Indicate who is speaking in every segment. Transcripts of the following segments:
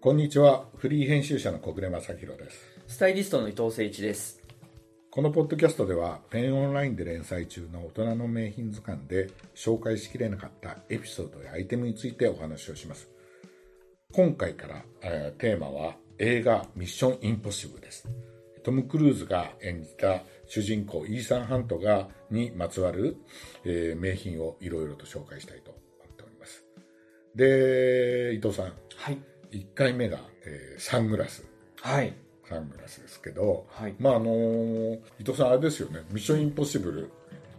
Speaker 1: こんにちは。フリー編集者の小暮正弘です。
Speaker 2: スタイリストの伊藤誠一です。
Speaker 1: このポッドキャストでは、ペンオンラインで連載中の大人の名品図鑑で紹介しきれなかったエピソードやアイテムについてお話をします。今回から、えーテーマは映画ミッションインポッシブルです。トム・クルーズが演じた主人公イーサン・ハントがにまつわる、えー名品をいろいろと紹介したいと思っております。で、伊藤さん、
Speaker 2: はい。
Speaker 1: 1回目が、えーサングラス。
Speaker 2: はい。
Speaker 1: サングラスですけど、
Speaker 2: はい
Speaker 1: まああのー伊藤さんあれですよね「ミッションインポッシブル」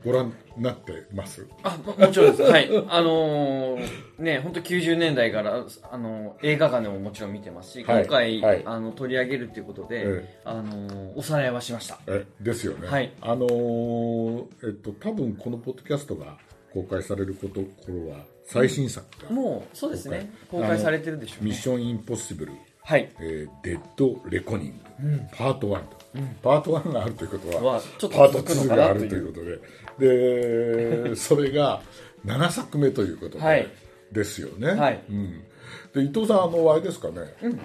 Speaker 1: ご覧になってます
Speaker 2: あ、ももち ろんです。はい。あのー、ね、本当90年代から、あのー映画館でももちろん見てますし、
Speaker 1: はい
Speaker 2: 今回、
Speaker 1: はい
Speaker 2: あの、取り上げるっていうことで、
Speaker 1: え
Speaker 2: あのーおさらいはしました。
Speaker 1: えですよね、
Speaker 2: はい
Speaker 1: あのーえっと多分このポッドキャストが公開されること頃は最新作が「
Speaker 2: もう、そうですね。公開されてるでしょう
Speaker 1: ミッ
Speaker 2: ね。
Speaker 1: ションインポッシブル」
Speaker 2: はい。
Speaker 1: えーデッド・レコニング、パート1と、パート1があるということは
Speaker 2: はちょっと
Speaker 1: パート
Speaker 2: 続くの
Speaker 1: 2
Speaker 2: か
Speaker 1: があ
Speaker 2: なとい
Speaker 1: る
Speaker 2: う
Speaker 1: ということででそれが7作目ということで、
Speaker 2: はい
Speaker 1: ですよね、
Speaker 2: はい
Speaker 1: うん、で伊藤さんあのあれですかね、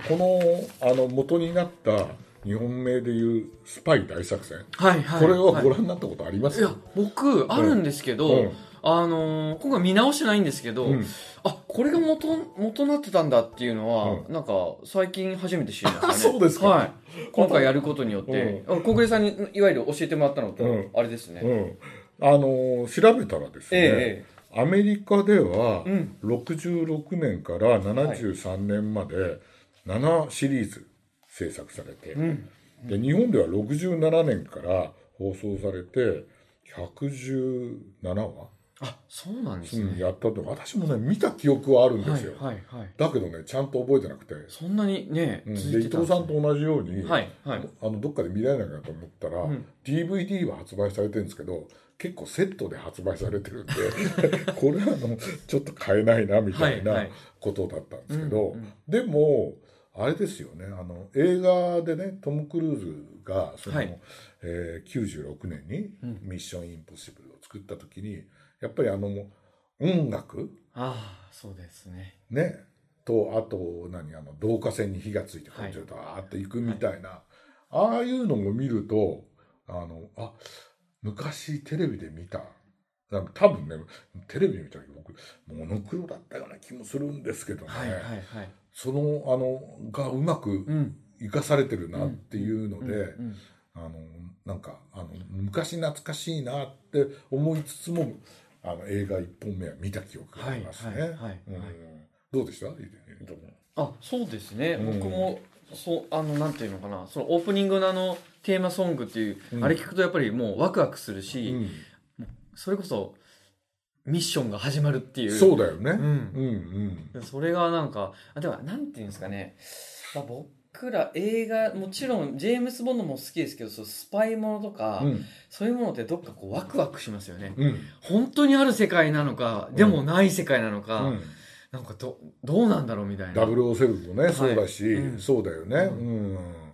Speaker 1: このあの元になった日本名でいう「スパイ大作戦」
Speaker 2: はい、はい。
Speaker 1: これを
Speaker 2: は
Speaker 1: ご覧になったことありま
Speaker 2: い、い
Speaker 1: す、
Speaker 2: や、僕、あるんですけど、
Speaker 1: うん
Speaker 2: あのー今回見直してないんですけど、
Speaker 1: うん
Speaker 2: あ、これが元、元なってたんだっていうのは、
Speaker 1: う
Speaker 2: なんか、最近初めて知りましたね。
Speaker 1: そうですか
Speaker 2: はい。今回やることによって、あ小暮さんにいわゆる教えてもらったのと、
Speaker 1: うん
Speaker 2: あれですね。
Speaker 1: うん、あの調べたらですね、
Speaker 2: え
Speaker 1: アメリカでは
Speaker 2: うん
Speaker 1: 66年から73年まで7シリーズ制作されて、
Speaker 2: えうん。
Speaker 1: で日本では67年から放送されて117話、
Speaker 2: あ、そうなんです
Speaker 1: う
Speaker 2: ね。
Speaker 1: ん、やったと私もね見た記憶はあるんで
Speaker 2: は
Speaker 1: す
Speaker 2: い、
Speaker 1: よ、
Speaker 2: はい、はい。
Speaker 1: だけどねちゃんと覚えてなくて、
Speaker 2: そんなにね、
Speaker 1: うん、で
Speaker 2: 続
Speaker 1: 伊
Speaker 2: いてた
Speaker 1: 藤
Speaker 2: です
Speaker 1: さんと同じように、
Speaker 2: はい、はい。
Speaker 1: あのどっかで見られないかなと思ったら、
Speaker 2: うん
Speaker 1: DVD は発売されてるんですけど結構セットで発売されてるんで これはあのちょっと買えないなみたい
Speaker 2: は
Speaker 1: ない
Speaker 2: はい
Speaker 1: ことだったんですけど、
Speaker 2: うんうん
Speaker 1: でもあれですよねあの映画でねトム・クルーズがその、
Speaker 2: はい
Speaker 1: えー96年に
Speaker 2: うん
Speaker 1: 「ミッション・インポッシブル」を作った時にやっぱりあの音楽
Speaker 2: ああ、そうですね。
Speaker 1: ねとあと何あの導火線に火がついてこうちょっとあーっていくみたいな、ああいうのも見るとあのあ昔テレビで見たなんか多分ねテレビで見たけど僕モノクロだったような気もするんですけどね、
Speaker 2: はい、はい、はい。
Speaker 1: そのあのがうまく
Speaker 2: うん。
Speaker 1: 生かされてるなっていうので、
Speaker 2: うんうん
Speaker 1: あのなんかあの昔懐かしいなって思いつつもあの映画1本目は見た記憶がありますね。
Speaker 2: はいはいはい
Speaker 1: うん
Speaker 2: はい
Speaker 1: どうでした伊藤
Speaker 2: あそうですね、
Speaker 1: うん
Speaker 2: 僕もそうあのなんていうのかなそのオープニングのあのテーマソングっていう、
Speaker 1: うん
Speaker 2: あれ聞くとやっぱりもうワクワクするし、
Speaker 1: 君
Speaker 2: それこそミッションが始まるっていう
Speaker 1: そうだよね。
Speaker 2: う
Speaker 1: う
Speaker 2: ん
Speaker 1: んうん
Speaker 2: それがなんかあではなんていうんですかね、まあ、僕ら映画もちろんジェームス・ボンドも好きですけどそうスパイものとか、
Speaker 1: うん
Speaker 2: そういうものってどっかこうワクワクしますよね、
Speaker 1: うん
Speaker 2: 本当にある世界なのかでもない世界なのか、
Speaker 1: うん
Speaker 2: なんかどどうなんだろうみたいな
Speaker 1: ダブルオーセブンも
Speaker 2: は
Speaker 1: ね
Speaker 2: い
Speaker 1: そうだし
Speaker 2: うん
Speaker 1: そうだよね。
Speaker 2: う
Speaker 1: うん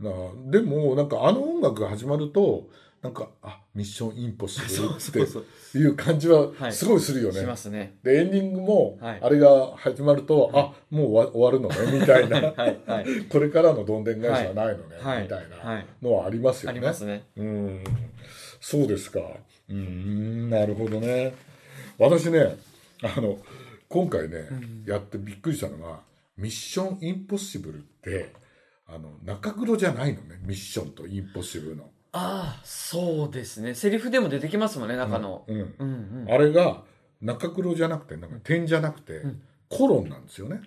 Speaker 1: なでもなんかあの音楽が始まるとなんかあミッションインポッシ
Speaker 2: そう
Speaker 1: ブ
Speaker 2: そ
Speaker 1: ル
Speaker 2: う
Speaker 1: っ
Speaker 2: そう
Speaker 1: ていう感じ
Speaker 2: は
Speaker 1: はいすごいするよね。
Speaker 2: しますね
Speaker 1: でエンディングも
Speaker 2: はい
Speaker 1: あれが始まると、あもう終わ終わるのねみたいな、
Speaker 2: はいはい
Speaker 1: これからのどんでん返しはないのね、
Speaker 2: はい
Speaker 1: みたい
Speaker 2: は
Speaker 1: ないのはありますよ
Speaker 2: あ
Speaker 1: ね。
Speaker 2: りますね
Speaker 1: うんそうですかうーんなるほどね私ねあの今回ね、やってびっくりしたのが「ミッションインポッシブル」ってあの中黒じゃないのねミッションとインポッシブルの。
Speaker 2: ああそうですねセリフでも出てきますもんね中の、
Speaker 1: うん
Speaker 2: うん、うん
Speaker 1: あれが中黒じゃなくてなんか点じゃなくて、
Speaker 2: ん
Speaker 1: コロンなんですよね。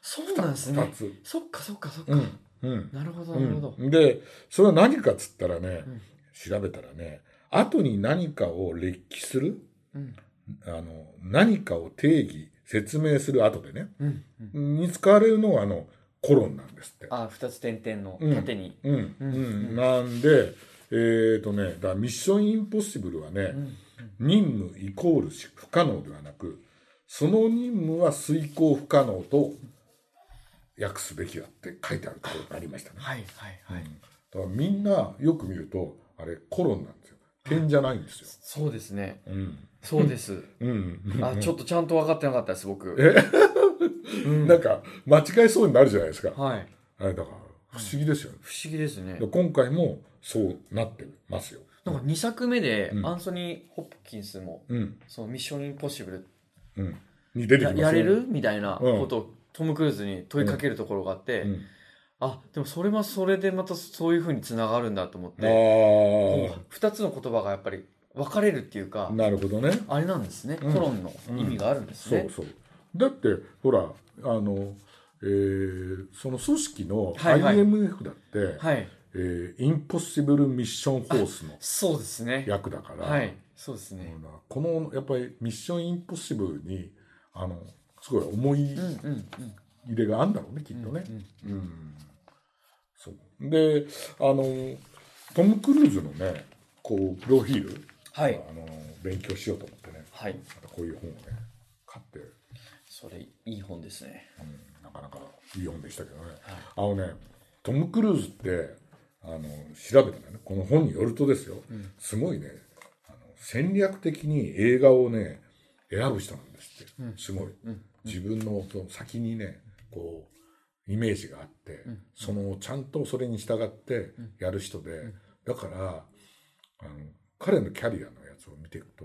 Speaker 2: そうなんです
Speaker 1: 二
Speaker 2: ね
Speaker 1: つ。
Speaker 2: そっかそっかそっか、
Speaker 1: うん。うん。
Speaker 2: なるほど
Speaker 1: う
Speaker 2: なるほど、
Speaker 1: ん、でそれは何かっつったらね、
Speaker 2: ん
Speaker 1: 調べたらね後に何かを列記する
Speaker 2: うん
Speaker 1: あの何かを定義説明する後でね
Speaker 2: うん
Speaker 1: に使われるのがあのコロンなんですって。
Speaker 2: ああ二つ点々の
Speaker 1: うん
Speaker 2: 縦に、
Speaker 1: うんう
Speaker 2: うんん
Speaker 1: なんでえーとねだからミッションインポッシブルはね、
Speaker 2: ん
Speaker 1: 任務イコールし不可能ではなくその任務は遂行不可能と訳すべきだって書いてあるところがありましたね。
Speaker 2: はいはいはい、
Speaker 1: うんだからみんなよく見るとあれコロンなんですよ点じゃないんですよ。
Speaker 2: そうですね
Speaker 1: うん
Speaker 2: そうです
Speaker 1: うん、
Speaker 2: あちょっとちゃんと分かってなかったです僕
Speaker 1: え
Speaker 2: うん
Speaker 1: なんか間違えそうになるじゃないですか。
Speaker 2: はい。
Speaker 1: あれだから不思議ですよね。
Speaker 2: 不思議ですね。
Speaker 1: で今回もそうなってますよ。
Speaker 2: なんか2作目で
Speaker 1: う、ん
Speaker 2: アンソニー・ホップキンスも、
Speaker 1: うん。
Speaker 2: そのミッション・インポッシブル
Speaker 1: うん。に出てき
Speaker 2: や
Speaker 1: ますよ
Speaker 2: やれるみたいな
Speaker 1: うん
Speaker 2: ことをトム・クルーズに問いかけるところがあって、
Speaker 1: うん
Speaker 2: あ、でもそれはそれでまたそういうふうにつながるんだと思っ
Speaker 1: あ
Speaker 2: て、
Speaker 1: ー
Speaker 2: 2つの言葉がやっぱり分かれるっていうか、
Speaker 1: なるほどね。
Speaker 2: あれなんですね。
Speaker 1: うん
Speaker 2: トロンの意味があるんです
Speaker 1: そ
Speaker 2: ね
Speaker 1: う。そう。だってほらあの、えーその組織の
Speaker 2: はいはい
Speaker 1: IMF だって、
Speaker 2: はい。
Speaker 1: えーインポッシブルミッションフォースの
Speaker 2: そうですね。
Speaker 1: 役だから、
Speaker 2: はい。そうですね
Speaker 1: も。うなこのやっぱりミッションインポッシブルにあのすごい思い
Speaker 2: うんうんうん。
Speaker 1: 入れがあるんだろうね、きっとね
Speaker 2: う。ん
Speaker 1: うんそうであのトム・クルーズのねこうプロフィール、
Speaker 2: はい。
Speaker 1: あの勉強しようと思ってね
Speaker 2: はい。
Speaker 1: またこういう本をね買って、
Speaker 2: それ、いい本ですね。
Speaker 1: うんなかなかいい本でしたけどね、あのねトム・クルーズってあの調べたらねこの本によるとですよ、すごいねあの戦略的に映画をね選ぶ人なんですって、すごい、自分のその先にねこうイメージがあって、そのちゃんとそれに従ってやる人で、だからあの彼のキャリアのやつを見ていくと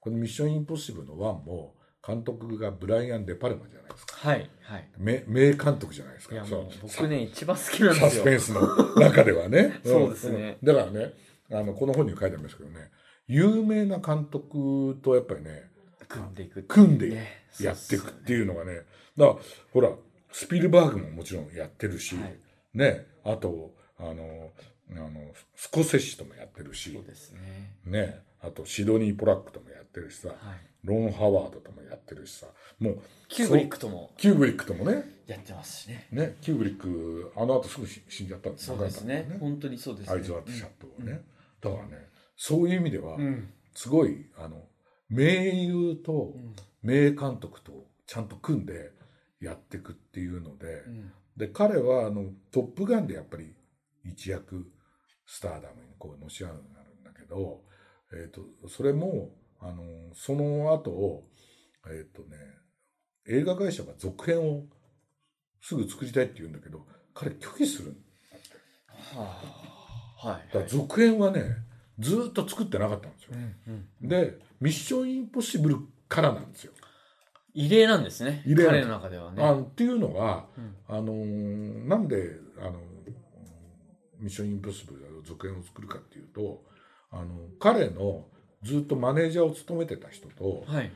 Speaker 1: この「ミッション・インポッシブル」の1も監督がブライアン・デ・パルマじゃないですか
Speaker 2: はい。はい。
Speaker 1: 名名監督じゃないです
Speaker 2: い
Speaker 1: か
Speaker 2: や、
Speaker 1: そ
Speaker 2: もう
Speaker 1: う
Speaker 2: 僕ね、一番好きなんで
Speaker 1: サ
Speaker 2: す
Speaker 1: ス
Speaker 2: よ
Speaker 1: ペ。ンスの中では ね
Speaker 2: そうですね
Speaker 1: んだからねあのこの本にも書いてありますけどね有名な監督とやっぱりね
Speaker 2: 組んでいくっていうね。
Speaker 1: 組んでやっていくっていうのがねだからほらスピルバーグももちろんやってるし、
Speaker 2: はい
Speaker 1: ねあとあのあのスコセッシともやってるし
Speaker 2: そうですね。
Speaker 1: ねあとシドニー・ポラックともやってるしさ
Speaker 2: はい。
Speaker 1: ロン・ハワードともやってるしさもう
Speaker 2: キューブリックとも
Speaker 1: キューブリックともね
Speaker 2: やってますしね。
Speaker 1: ね、キューブリックあの後すぐし死んじゃったん
Speaker 2: そうですね。
Speaker 1: 亡くなっ
Speaker 2: 本当にそうです
Speaker 1: た
Speaker 2: ね。
Speaker 1: んだよねアイズ・ワット・シャットをね、だからねそういう意味では、
Speaker 2: うん。
Speaker 1: すごいあの名優と
Speaker 2: うん
Speaker 1: 名監督とちゃんと組んでやっていくっていうので,、
Speaker 2: うん
Speaker 1: で彼はあの「トップガン」でやっぱり一躍スターダムにこうのし上がるんだけど、えー、とそれもあのその後えっ、とね映画会社が続編をすぐ作りたいって言うんだけど彼拒否するんだ
Speaker 2: はあ。は
Speaker 1: だ
Speaker 2: い
Speaker 1: から。続編はねずーっと作ってなかったんですよ
Speaker 2: う。んうん
Speaker 1: で「ミッションインポッシブル」からなんですよ。
Speaker 2: 異例なんですね。
Speaker 1: 異例なんで
Speaker 2: 彼
Speaker 1: す
Speaker 2: の中ではね。
Speaker 1: あっていうのは、
Speaker 2: うん
Speaker 1: あのーなんで、あのーミッション・インポッシブル」の続編を作るかっていうと、あの彼のずっとマネージャーを務めてた人と、
Speaker 2: はい。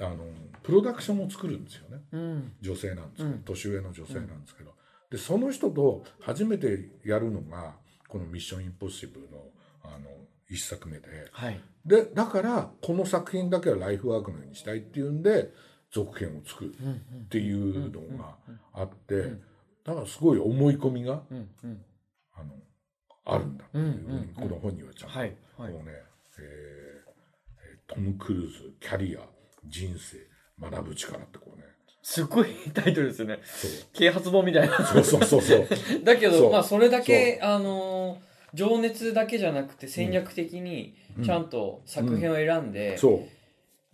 Speaker 1: あのプロダクションを作るんですよね
Speaker 2: うん。
Speaker 1: 女性なんですけど、
Speaker 2: うん
Speaker 1: 年上の女性なんですけど、でその人と初めてやるのがこの「ミッション・インポッシブルの」あの1作目で
Speaker 2: はい。
Speaker 1: でだからこの作品だけはライフワークのようにしたいっていうんで続編を作る。
Speaker 2: うんうん
Speaker 1: っていうのがあって、
Speaker 2: ん
Speaker 1: だからすごい思い込みが
Speaker 2: うんうん。
Speaker 1: あのあるんだっていうふう
Speaker 2: うんうん
Speaker 1: にこの本にはちゃんと、
Speaker 2: はい。はい
Speaker 1: こ。うね、えートム・クルーズキャリア人生学ぶ力ってこうね
Speaker 2: すごいタイトルですよね。
Speaker 1: そう
Speaker 2: 啓発本みたいな。
Speaker 1: そうそうそう そう
Speaker 2: だけ
Speaker 1: そ
Speaker 2: ど、
Speaker 1: う
Speaker 2: まあ、それだけ、あのー、情熱だけじゃなくて戦略的に
Speaker 1: うん
Speaker 2: ちゃんと作品を選んで、
Speaker 1: そ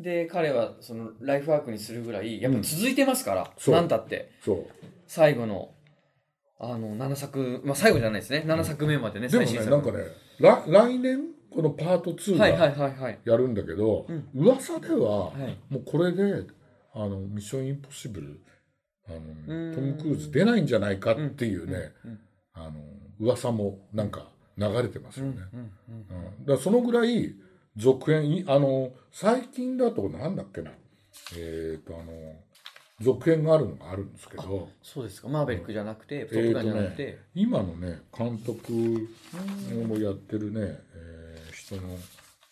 Speaker 1: う
Speaker 2: で彼はそのライフワークにするぐらいやっぱ続いてますから、
Speaker 1: そう
Speaker 2: なんたって
Speaker 1: そう
Speaker 2: 最後のあの7作まあ最後じゃないですね7作目までね、
Speaker 1: でも
Speaker 2: 最新
Speaker 1: ね
Speaker 2: 作
Speaker 1: なんかねら来年このパート2
Speaker 2: はいはい
Speaker 1: が
Speaker 2: はいはい
Speaker 1: やるんだけど、
Speaker 2: うん
Speaker 1: 噂では、
Speaker 2: はい
Speaker 1: もうこれで「あのミッション・インポッシブル」あの
Speaker 2: ーん
Speaker 1: トム・クルーズ出ないんじゃないかっていうね、
Speaker 2: うん
Speaker 1: あの噂もなんか流れてます
Speaker 2: うん
Speaker 1: よ
Speaker 2: う
Speaker 1: ね。
Speaker 2: んうん
Speaker 1: うんだからそのぐらい続編いあの最近だとなんだっけなえっ、とあの続編があるのがあるんですけど
Speaker 2: そうですかマーベリックじゃなくて、トップガンじゃなくて、
Speaker 1: 今のね監督もやってるね、えー人の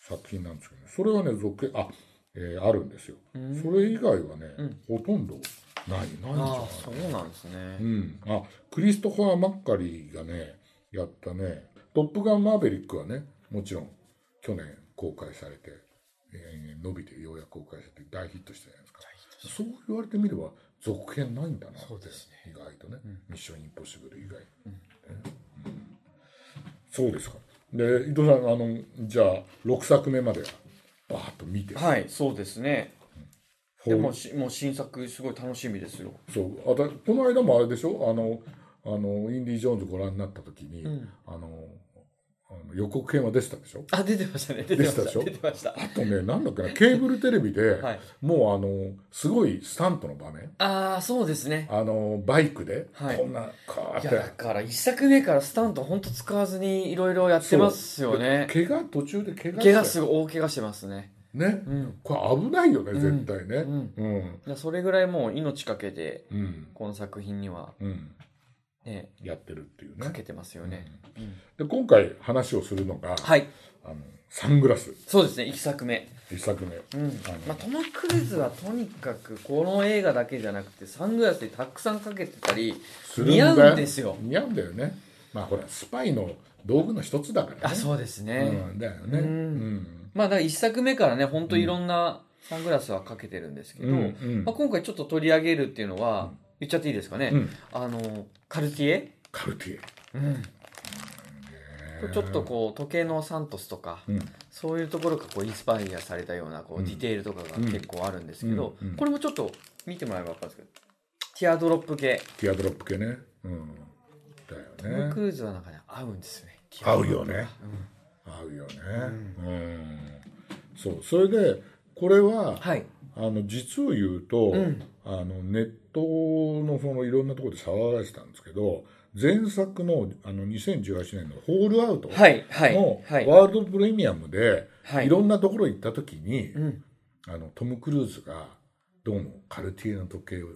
Speaker 1: 作品なんですけど、ね、それはね続編あ、えーあるんですよ。
Speaker 2: うん
Speaker 1: それ以外はね、
Speaker 2: うん
Speaker 1: ほとんどないないんじゃない
Speaker 2: ああそうなんですね、
Speaker 1: うん、あクリストファー・マッカリーがねやったね「トップガンマーヴェリック」はねもちろん去年公開されて、えー伸びてようやく公開されて大ヒットしたじゃないですかそう言われてみれば続編ないんだなって
Speaker 2: そうです
Speaker 1: 意外とね「ミッション・インポッシブル」以外、うんそうですかで伊藤さんあのじゃあ6作目まではバーッと見て、
Speaker 2: はいそうですねでもしもう新作すごい楽しみですよ。
Speaker 1: そうあだこの間もあれでしょあのあのインディ・ジョーンズご覧になった時に、
Speaker 2: うん
Speaker 1: あのあの予告編は出てたでしょ
Speaker 2: あ出てましたね出て
Speaker 1: で
Speaker 2: まし
Speaker 1: した
Speaker 2: た
Speaker 1: でし
Speaker 2: 出
Speaker 1: ょ
Speaker 2: てました。
Speaker 1: あとねなんだっけなケーブルテレビで、
Speaker 2: はい。
Speaker 1: もうあのすごいスタントの場面
Speaker 2: ああそうですね。
Speaker 1: あのバイクで、
Speaker 2: はい
Speaker 1: こんなカーっ
Speaker 2: い
Speaker 1: て
Speaker 2: やだから一作目からスタント本当使わずにいろいろやってますよね。
Speaker 1: 怪我途中で怪我して
Speaker 2: 怪我すごい大怪我してますね。
Speaker 1: ね
Speaker 2: うん。
Speaker 1: これ危ないよね絶対
Speaker 2: う
Speaker 1: ね
Speaker 2: ん。
Speaker 1: うん
Speaker 2: いやそれぐらいもう命かけて
Speaker 1: うん
Speaker 2: この作品には
Speaker 1: うん
Speaker 2: ね
Speaker 1: やってるっていうね
Speaker 2: かけてますよね。うん
Speaker 1: で今回話をするのが、
Speaker 2: はい
Speaker 1: あのサングラス
Speaker 2: そうですね一作目。
Speaker 1: 一作目
Speaker 2: うんまあ、トム・クルーズはとにかくこの映画だけじゃなくてサングラスでたくさんかけてたり
Speaker 1: するん
Speaker 2: 似
Speaker 1: だ
Speaker 2: 合
Speaker 1: よ
Speaker 2: うんですよ
Speaker 1: 似合うんだよねまあほらスパイの道具の一つだからね
Speaker 2: あそうですね、
Speaker 1: うん、だよね
Speaker 2: うんまあだから1作目からね本当いろんなサングラスはかけてるんですけ
Speaker 1: う
Speaker 2: ど、
Speaker 1: んうん
Speaker 2: まあ、今回ちょっと取り上げるっていうのは、
Speaker 1: うん
Speaker 2: 言っちゃっていいですかね、
Speaker 1: うん
Speaker 2: あのカルティエ、
Speaker 1: カルティエ
Speaker 2: ちょっとこう時計のサントスとか、
Speaker 1: うん
Speaker 2: そういうところがこうインスパイアされたようなこ
Speaker 1: う
Speaker 2: うんディテールとかが結構あるんですけど、
Speaker 1: うんうん
Speaker 2: これもちょっと見てもらえば分かるんですけどティアドロップ系
Speaker 1: ティアドロップ系ねうんだ
Speaker 2: トム・
Speaker 1: よ
Speaker 2: ク
Speaker 1: ね
Speaker 2: ルーズはなんかね合うんですよね
Speaker 1: 合うよね合うよねうん、そうそれでこれは
Speaker 2: はい
Speaker 1: あの実を言うと、
Speaker 2: うん
Speaker 1: あのネットのそのいろんなところで騒がれてたんですけど前作のあの2018年の「ホールアウト」
Speaker 2: はいはい
Speaker 1: の
Speaker 2: はい
Speaker 1: ワールドプレミアムで
Speaker 2: はい
Speaker 1: いろんなところ行った時に、
Speaker 2: うん
Speaker 1: あのトム・クルーズがどうもカルティエの時計を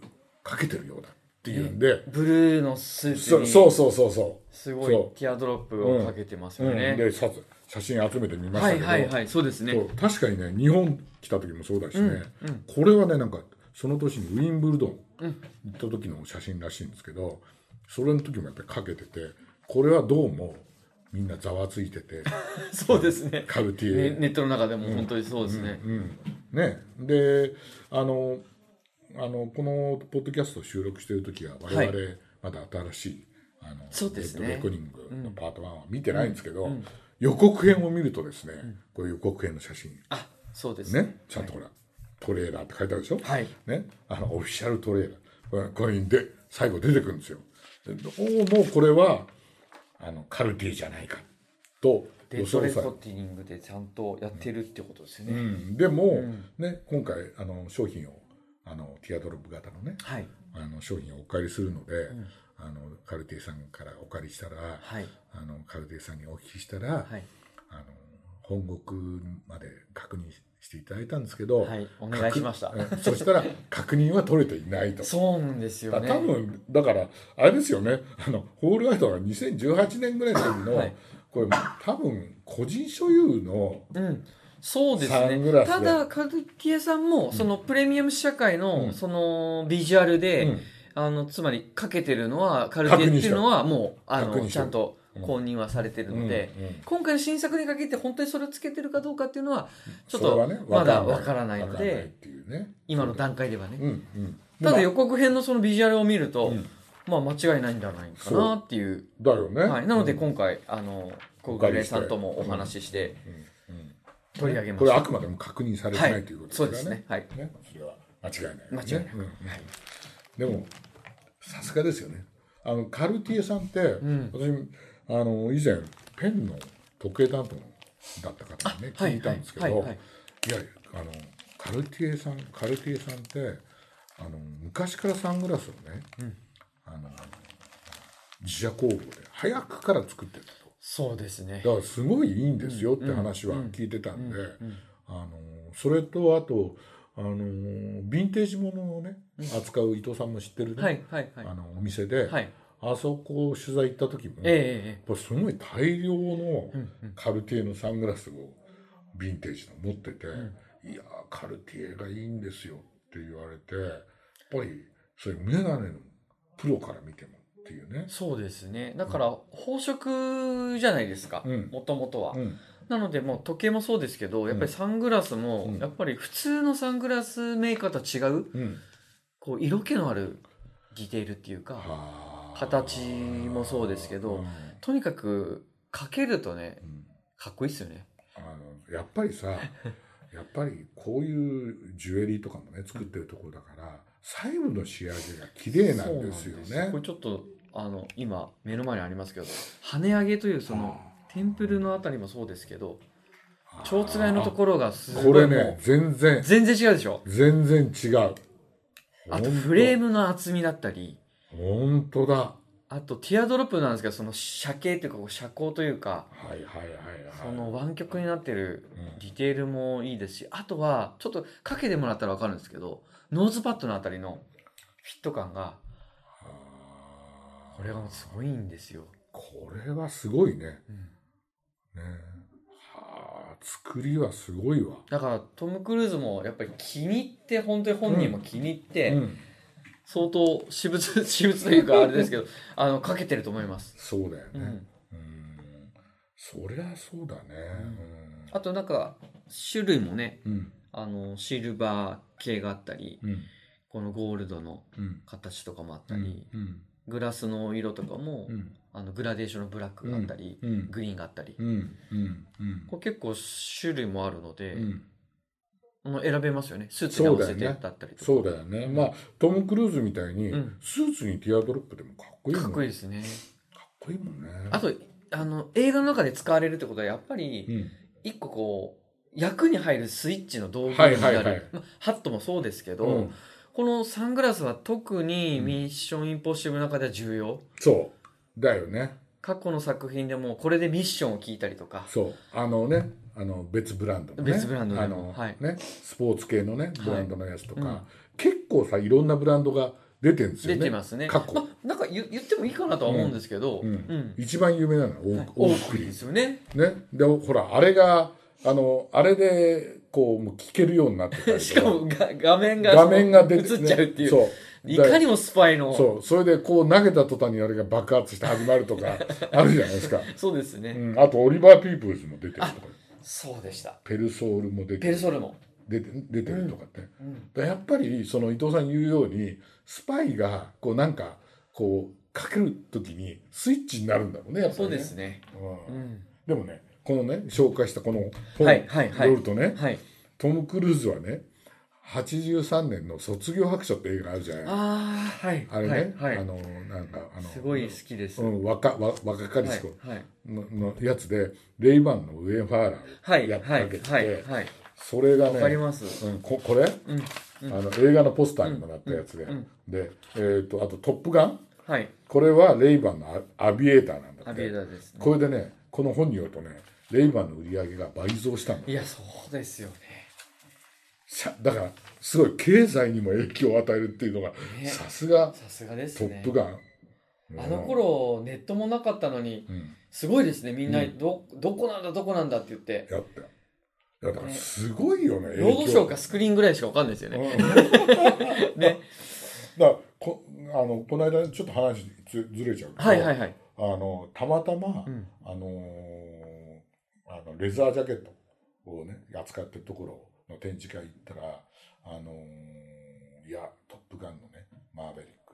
Speaker 1: かけてるようだっていうんで、
Speaker 2: ブルーのスーツ
Speaker 1: そ
Speaker 2: に
Speaker 1: そうそうそうそ
Speaker 2: すごい
Speaker 1: そう
Speaker 2: ティアドロップをかけてます
Speaker 1: う、
Speaker 2: よ
Speaker 1: うん、
Speaker 2: ね、
Speaker 1: でさ写真集めてみまし
Speaker 2: は
Speaker 1: た
Speaker 2: い
Speaker 1: けど、
Speaker 2: はいはいそうですね
Speaker 1: そう確かにね日本来た時もそうだしね、
Speaker 2: うんうん
Speaker 1: これはねなんかその年にウィンブルドン
Speaker 2: うん
Speaker 1: 行った時の写真らしいんですけどそれの時もやっぱりかけててこれはどうもみんなざわついてて
Speaker 2: そうですね
Speaker 1: カルティエ、
Speaker 2: ねネットの中でも本当にそうですね、
Speaker 1: うんね、であのあのこのポッドキャストを収録している時は我々、
Speaker 2: はい
Speaker 1: まだ新しい「あの
Speaker 2: そうですね
Speaker 1: レッドレコニング」のパート1は見てないんですけど、
Speaker 2: うんうん
Speaker 1: 予告編を見るとですね、これ予告編の写真
Speaker 2: あそうですね
Speaker 1: ねちゃんとほら、トレーラーって書いてあるでしょ、
Speaker 2: はい
Speaker 1: ね、あのオフィシャルトレーラーこれこれにで最後出てくるんですよでどうもこれはあのカルティじゃないかと
Speaker 2: デ
Speaker 1: 予
Speaker 2: ッド
Speaker 1: 想
Speaker 2: レ
Speaker 1: され
Speaker 2: コーティングでちゃんとやってるってことですよ
Speaker 1: う
Speaker 2: ね、
Speaker 1: ん、でも、ね、今回あの商品をあのティアドロップ型のね
Speaker 2: はい
Speaker 1: あの商品をお借りするので、あのカルティさんからお借りしたら、
Speaker 2: はい
Speaker 1: あのカルティさんにお聞きしたら、
Speaker 2: はい
Speaker 1: あの本国まで確認していただいたんですけど、
Speaker 2: はいお願いしました
Speaker 1: 確うんそした ら確認は取れていないと。
Speaker 2: そうなんですよ
Speaker 1: だ
Speaker 2: ね
Speaker 1: 多分だからあれですよねあのホールアウトが2018年ぐらいの時の、
Speaker 2: はい
Speaker 1: これ多分個人所有の
Speaker 2: うん、そうです
Speaker 1: サングラ
Speaker 2: ね。
Speaker 1: スで
Speaker 2: ただ、カルティエさんも、そのプレミアム試写会
Speaker 1: う
Speaker 2: の、
Speaker 1: ん
Speaker 2: そのビジュアルで、
Speaker 1: うん
Speaker 2: あの、つまりかけてるのは、カルティエっていうのは、もう、あ
Speaker 1: 確認してる
Speaker 2: の、ちゃんと公認はされてるので、
Speaker 1: うんうん
Speaker 2: 今回の新作にかけて本当にそれをつけてるかどうかっていうのは、ちょっ
Speaker 1: それは
Speaker 2: と、
Speaker 1: ね
Speaker 2: まだわからないの
Speaker 1: わかんないっ
Speaker 2: で、
Speaker 1: ていうね
Speaker 2: 今の段階ではね。
Speaker 1: うんうん
Speaker 2: ただ
Speaker 1: まあ
Speaker 2: 予告編のそのビジュアルを見ると、
Speaker 1: ん
Speaker 2: まあ間違いないんじゃないかなっていう。
Speaker 1: だよね、
Speaker 2: はい。なので
Speaker 1: うん
Speaker 2: 今回、あの、小暮さんともお話しして
Speaker 1: うん
Speaker 2: 取り上げま
Speaker 1: こ
Speaker 2: し
Speaker 1: れ
Speaker 2: た。
Speaker 1: はあくまでも確認されて
Speaker 2: は
Speaker 1: ない
Speaker 2: い
Speaker 1: ということ
Speaker 2: そうですね。はい。
Speaker 1: ねそれは間違いないよね、
Speaker 2: 間違いない
Speaker 1: うんでもさすがですよねあのカルティエさんって、私あの以前ペンの時計担当だった方にね
Speaker 2: あはい
Speaker 1: 聞いたんですけど、
Speaker 2: はいいはいはい
Speaker 1: やいやあのカルティエさんカルティエさんってあの昔からサングラスをね、あの自社工房で早くから作ってたと。
Speaker 2: そうですね。
Speaker 1: だからすごいいいんですよって話は聞いてたんで、あのそれとあとあのヴィンテージものをね扱う伊藤さんも知ってるね、
Speaker 2: はいはいはい
Speaker 1: あ。のお店で、
Speaker 2: はい
Speaker 1: あそこ取材行った時も、
Speaker 2: えええ
Speaker 1: やっぱすごい大量のカルティエのサングラスをヴィンテージの持ってて「いやーカルティエがいいんですよ」って言われてやっぱりそういう眼鏡のプロから見てもっていうね
Speaker 2: え。そうですね。だから、宝飾じゃないですか
Speaker 1: うん。
Speaker 2: もともとは
Speaker 1: う。ん
Speaker 2: なので、もう時計もそうですけど、やっぱりサングラスも
Speaker 1: うん、
Speaker 2: やっぱり普通のサングラスメーカーとは違う、
Speaker 1: うん、
Speaker 2: こう、色気のあるディテールっていうか、
Speaker 1: あー
Speaker 2: 形もそうですけど
Speaker 1: うん
Speaker 2: とにかく、かけるとね
Speaker 1: う、ん
Speaker 2: かっこいいっすよね。
Speaker 1: あのやっぱりさややっぱりこういうジュエリーとかもね作ってるところだから細部の仕上げが綺麗なんですよ
Speaker 2: そうなん
Speaker 1: ね
Speaker 2: これちょっとあの今目の前にありますけど跳ね上げというそのテンプルのあたりもそうですけど蝶つがいのところがす
Speaker 1: あ
Speaker 2: ごい
Speaker 1: これ
Speaker 2: も
Speaker 1: ね
Speaker 2: う
Speaker 1: 全然
Speaker 2: 全然違うでしょ
Speaker 1: 全然違う
Speaker 2: あとフレー
Speaker 1: ム
Speaker 2: ムの厚みだったり
Speaker 1: 本当だは
Speaker 2: あとティアドロップなんですけどその射形というかこう射光というか
Speaker 1: いはいはいはい
Speaker 2: その湾曲になってる
Speaker 1: うん
Speaker 2: ディテールもいいですしあとはちょっとかけてもらったら分かるんですけどノーズパッドのあたりのフィット感が
Speaker 1: あー
Speaker 2: これがもうすごいんですよ、
Speaker 1: これはすごいね
Speaker 2: うん
Speaker 1: ねはあ作りはすごいわ
Speaker 2: だからトム・クルーズもやっぱり気に入って本当に本人も気に入って、
Speaker 1: うん
Speaker 2: 相当私物私物というかあれで すけどあのかけてると思います、
Speaker 1: そうだよ
Speaker 2: う
Speaker 1: ね
Speaker 2: ん、
Speaker 1: うんそりゃそうだね
Speaker 2: あとなんか種類もね
Speaker 1: うんうん
Speaker 2: あのシルバー系があったり
Speaker 1: うん
Speaker 2: このゴールドの
Speaker 1: うん
Speaker 2: 形とかもあっ
Speaker 1: う
Speaker 2: た
Speaker 1: ん
Speaker 2: り、
Speaker 1: うん
Speaker 2: グラスの色とかも、
Speaker 1: うん
Speaker 2: あのグラデーションのブラックがあったり、
Speaker 1: うん
Speaker 2: グリーンがあったり、
Speaker 1: うんうんうん
Speaker 2: これ結構種類もあるので、
Speaker 1: うん
Speaker 2: あの選べますよねスーツに合わせてだったりとか
Speaker 1: そうだよねまあトム・クルーズみたいに
Speaker 2: うん
Speaker 1: スーツにティアドロップでもかっこいいもん
Speaker 2: かっこいい
Speaker 1: かっ
Speaker 2: ですね
Speaker 1: こいいもんね
Speaker 2: あとあの映画の中で使われるってことはやっぱり
Speaker 1: うん
Speaker 2: 一個こう役に入るスイッチの道具に
Speaker 1: は
Speaker 2: なる、
Speaker 1: いはいはい
Speaker 2: まあハットもそうですけど、
Speaker 1: うん
Speaker 2: このサングラスは特にミッションインポッシブルの中では重要
Speaker 1: そうだよね
Speaker 2: 過去の作品でもこれでミッションを聞いたりとか
Speaker 1: そうあのねあの別ブランドのね
Speaker 2: 別ブランドでも
Speaker 1: あの、
Speaker 2: はい
Speaker 1: ねスポーツ系のねブランドのやつとか、
Speaker 2: はいうん
Speaker 1: 結構さいろんなブランドが出てるんですよ
Speaker 2: 出
Speaker 1: ね
Speaker 2: てますね
Speaker 1: 過去
Speaker 2: まあ、なんか言言ってもいいかなとは思うんですけど、
Speaker 1: うん
Speaker 2: うん
Speaker 1: 一番有名なのはオー,、
Speaker 2: はい
Speaker 1: オ
Speaker 2: 多
Speaker 1: ーク
Speaker 2: く
Speaker 1: リ
Speaker 2: ですよね
Speaker 1: ーねでほらあれがあのあれでこうもう聞けるようになってたり
Speaker 2: し
Speaker 1: と
Speaker 2: かもが画面が
Speaker 1: 画面が出
Speaker 2: 映っ
Speaker 1: ね
Speaker 2: ちゃうっていう
Speaker 1: そう
Speaker 2: いかに
Speaker 1: も
Speaker 2: もスパイのそう
Speaker 1: そうそれでこう投げた途端にあれが爆発して始まると かあるじゃないですか、
Speaker 2: ですね、
Speaker 1: うん、あとオリバー・ピープルズも出てるとか
Speaker 2: そうでした
Speaker 1: ペルソールも出て
Speaker 2: ペル
Speaker 1: る
Speaker 2: ソルも、
Speaker 1: 出て出てるとかって、
Speaker 2: うん
Speaker 1: だからやっぱりその伊藤さん言うようにスパイがこうなんかこうかけるときにスイッチになるんだろうねやっぱ
Speaker 2: そ
Speaker 1: り
Speaker 2: う
Speaker 1: ね
Speaker 2: ですね、
Speaker 1: う
Speaker 2: うんん、
Speaker 1: でもねこのね紹介したこの本
Speaker 2: はいはいはい
Speaker 1: によるとね、
Speaker 2: はい
Speaker 1: トム・クルーズはね83年の「卒業白書」って映画あるじゃない
Speaker 2: ああはい
Speaker 1: あれね、
Speaker 2: はいはい
Speaker 1: あのなんかあの
Speaker 2: すごい好きです、
Speaker 1: うん、若わ若かり
Speaker 2: は
Speaker 1: し
Speaker 2: い
Speaker 1: 子
Speaker 2: はい
Speaker 1: の,、やつでレイバンのウェンファーラ
Speaker 2: は
Speaker 1: ーを
Speaker 2: い
Speaker 1: やっ
Speaker 2: は
Speaker 1: た
Speaker 2: い
Speaker 1: けてて、
Speaker 2: はいはい
Speaker 1: それが
Speaker 2: わかり
Speaker 1: ね、
Speaker 2: ます、
Speaker 1: うん、ここれ
Speaker 2: うんうん
Speaker 1: あの映画のポスターにもなったやつで、
Speaker 2: うんうん
Speaker 1: で、えー、とあと「トップガン
Speaker 2: はい」
Speaker 1: これはレイバンのアアビエーターなんだ
Speaker 2: ア
Speaker 1: っ
Speaker 2: ビエ
Speaker 1: て
Speaker 2: ダですね
Speaker 1: これでねこの本によるとねレイバンの売り上げが倍増したんだ
Speaker 2: いやそうですよね
Speaker 1: さだからすごい経済にも影響を与えるっていうのが
Speaker 2: ね
Speaker 1: さすが
Speaker 2: さすがで
Speaker 1: 「
Speaker 2: す
Speaker 1: ト
Speaker 2: ね
Speaker 1: ップガン」うん
Speaker 2: あの、頃ネットもなかったのに
Speaker 1: うん、
Speaker 2: すごいですねみんな
Speaker 1: うん
Speaker 2: ど,、どこなんだどこなんだって言って
Speaker 1: やったよいやだからすごいよね
Speaker 2: ロードショー
Speaker 1: が
Speaker 2: かスクリーンぐらいしかわかんないですよね、
Speaker 1: うん
Speaker 2: ね
Speaker 1: だからこあのこの間ちょっと話ずずれちゃうけど、
Speaker 2: はいはいはい、
Speaker 1: あのたまたま、
Speaker 2: うん
Speaker 1: あのーあのレザージャケットをね扱ってるところの展示会行ったら「あのーいやトップガン」のねマーヴェリック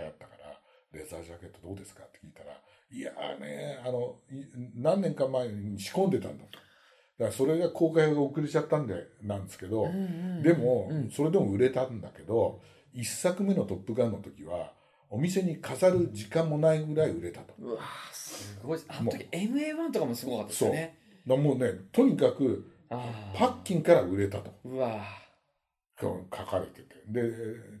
Speaker 1: 流行ったからレザージャケットどうですかって聞いたら「いやーねあのい何年か前に仕込んでたんだ」と。だからそれが公開が遅れちゃったんでなんですけど、
Speaker 2: うんうんうん
Speaker 1: でも、
Speaker 2: うん
Speaker 1: それでも売れたんだけど一作目の「トップガン」の時はお店に飾る時間もないぐらい売れたと。
Speaker 2: うわーすごいですあの時 MA1 とかもすごかったですよね
Speaker 1: だからもうねとにかく
Speaker 2: あー
Speaker 1: パッキンから売れたと
Speaker 2: うわ
Speaker 1: 書かれててで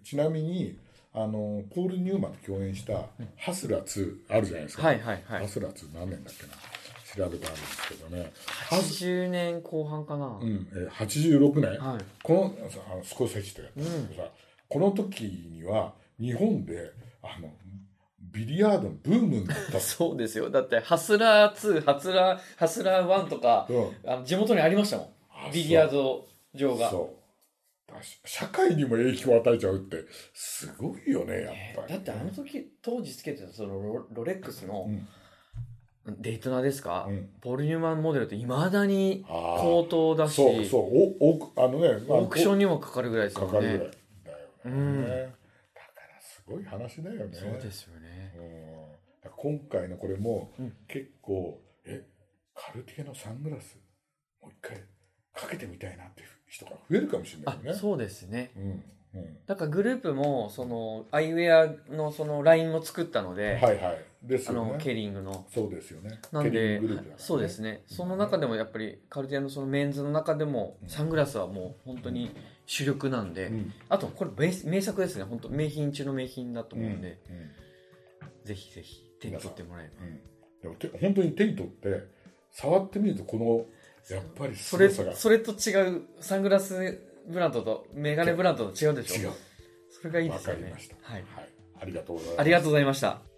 Speaker 1: ちなみにあのポール・ニューマンと共演した「ハスラー2」あるじゃないです
Speaker 2: ー
Speaker 1: か、
Speaker 2: はいはいは
Speaker 1: ハ
Speaker 2: い
Speaker 1: スラー2何年だっけな調べたんですけどね、ハス
Speaker 2: 80年後半かな、
Speaker 1: うん、えー86年、
Speaker 2: はい
Speaker 1: このさあのスコセッチとやったんですけどさ、この時には日本であのビリヤードのブームになったっす
Speaker 2: そうですよ。だって、ハスラー2、ハスラー、ハスラー1とか、
Speaker 1: うん
Speaker 2: あの地元にありましたも
Speaker 1: あ
Speaker 2: ん。ビリヤード場が。
Speaker 1: そうだし社会にも影響を与えちゃうってすごいよねやっ
Speaker 2: え
Speaker 1: ぱ
Speaker 2: ー
Speaker 1: り、
Speaker 2: だってあの時、当時つけてたそのロロレックスの
Speaker 1: うん
Speaker 2: デイトナーですか、
Speaker 1: うん
Speaker 2: ポールニューマンモデルっていまだに
Speaker 1: あー
Speaker 2: 高騰だし、
Speaker 1: そうそうおおあのね、まあ
Speaker 2: オークションにもかかるぐらいです
Speaker 1: か
Speaker 2: よ
Speaker 1: かるぐらい
Speaker 2: ね。
Speaker 1: だよね、
Speaker 2: うん
Speaker 1: だからすごい話だよね
Speaker 2: そうですよね。
Speaker 1: うん今回のこれも
Speaker 2: うん
Speaker 1: 結構、えカルティエのサングラスもう一回かけてみたいなって人が増えるかもしれない
Speaker 2: あ
Speaker 1: よね。
Speaker 2: そうですね
Speaker 1: うんうん
Speaker 2: だからグループもそのアイウェアのそのラインも作ったので、
Speaker 1: はいはい。です
Speaker 2: あ
Speaker 1: よ
Speaker 2: のケ
Speaker 1: ね。
Speaker 2: リングの
Speaker 1: そうですよね。
Speaker 2: なん
Speaker 1: ケリ
Speaker 2: で
Speaker 1: ンググループだからね
Speaker 2: そうですねその中でもやっぱりカルティアのそのメンズの中でも
Speaker 1: うん
Speaker 2: サングラスはもう本当に主力なんで、
Speaker 1: うん
Speaker 2: あとこれ名名作ですね本当名品中の名品だと思うんで、
Speaker 1: うんうん
Speaker 2: ぜひぜひ手に取ってもらえれば
Speaker 1: うんでもて本当に手に取って触ってみるとこのやっぱり
Speaker 2: それ
Speaker 1: 凄さが
Speaker 2: それと違うサングラスブランドとメガネブランドと違うでしょ
Speaker 1: 違う。
Speaker 2: それがいいで
Speaker 1: わ
Speaker 2: すよ
Speaker 1: か
Speaker 2: ね
Speaker 1: りました。
Speaker 2: はい、
Speaker 1: ありがとうございます。
Speaker 2: ありがとうございました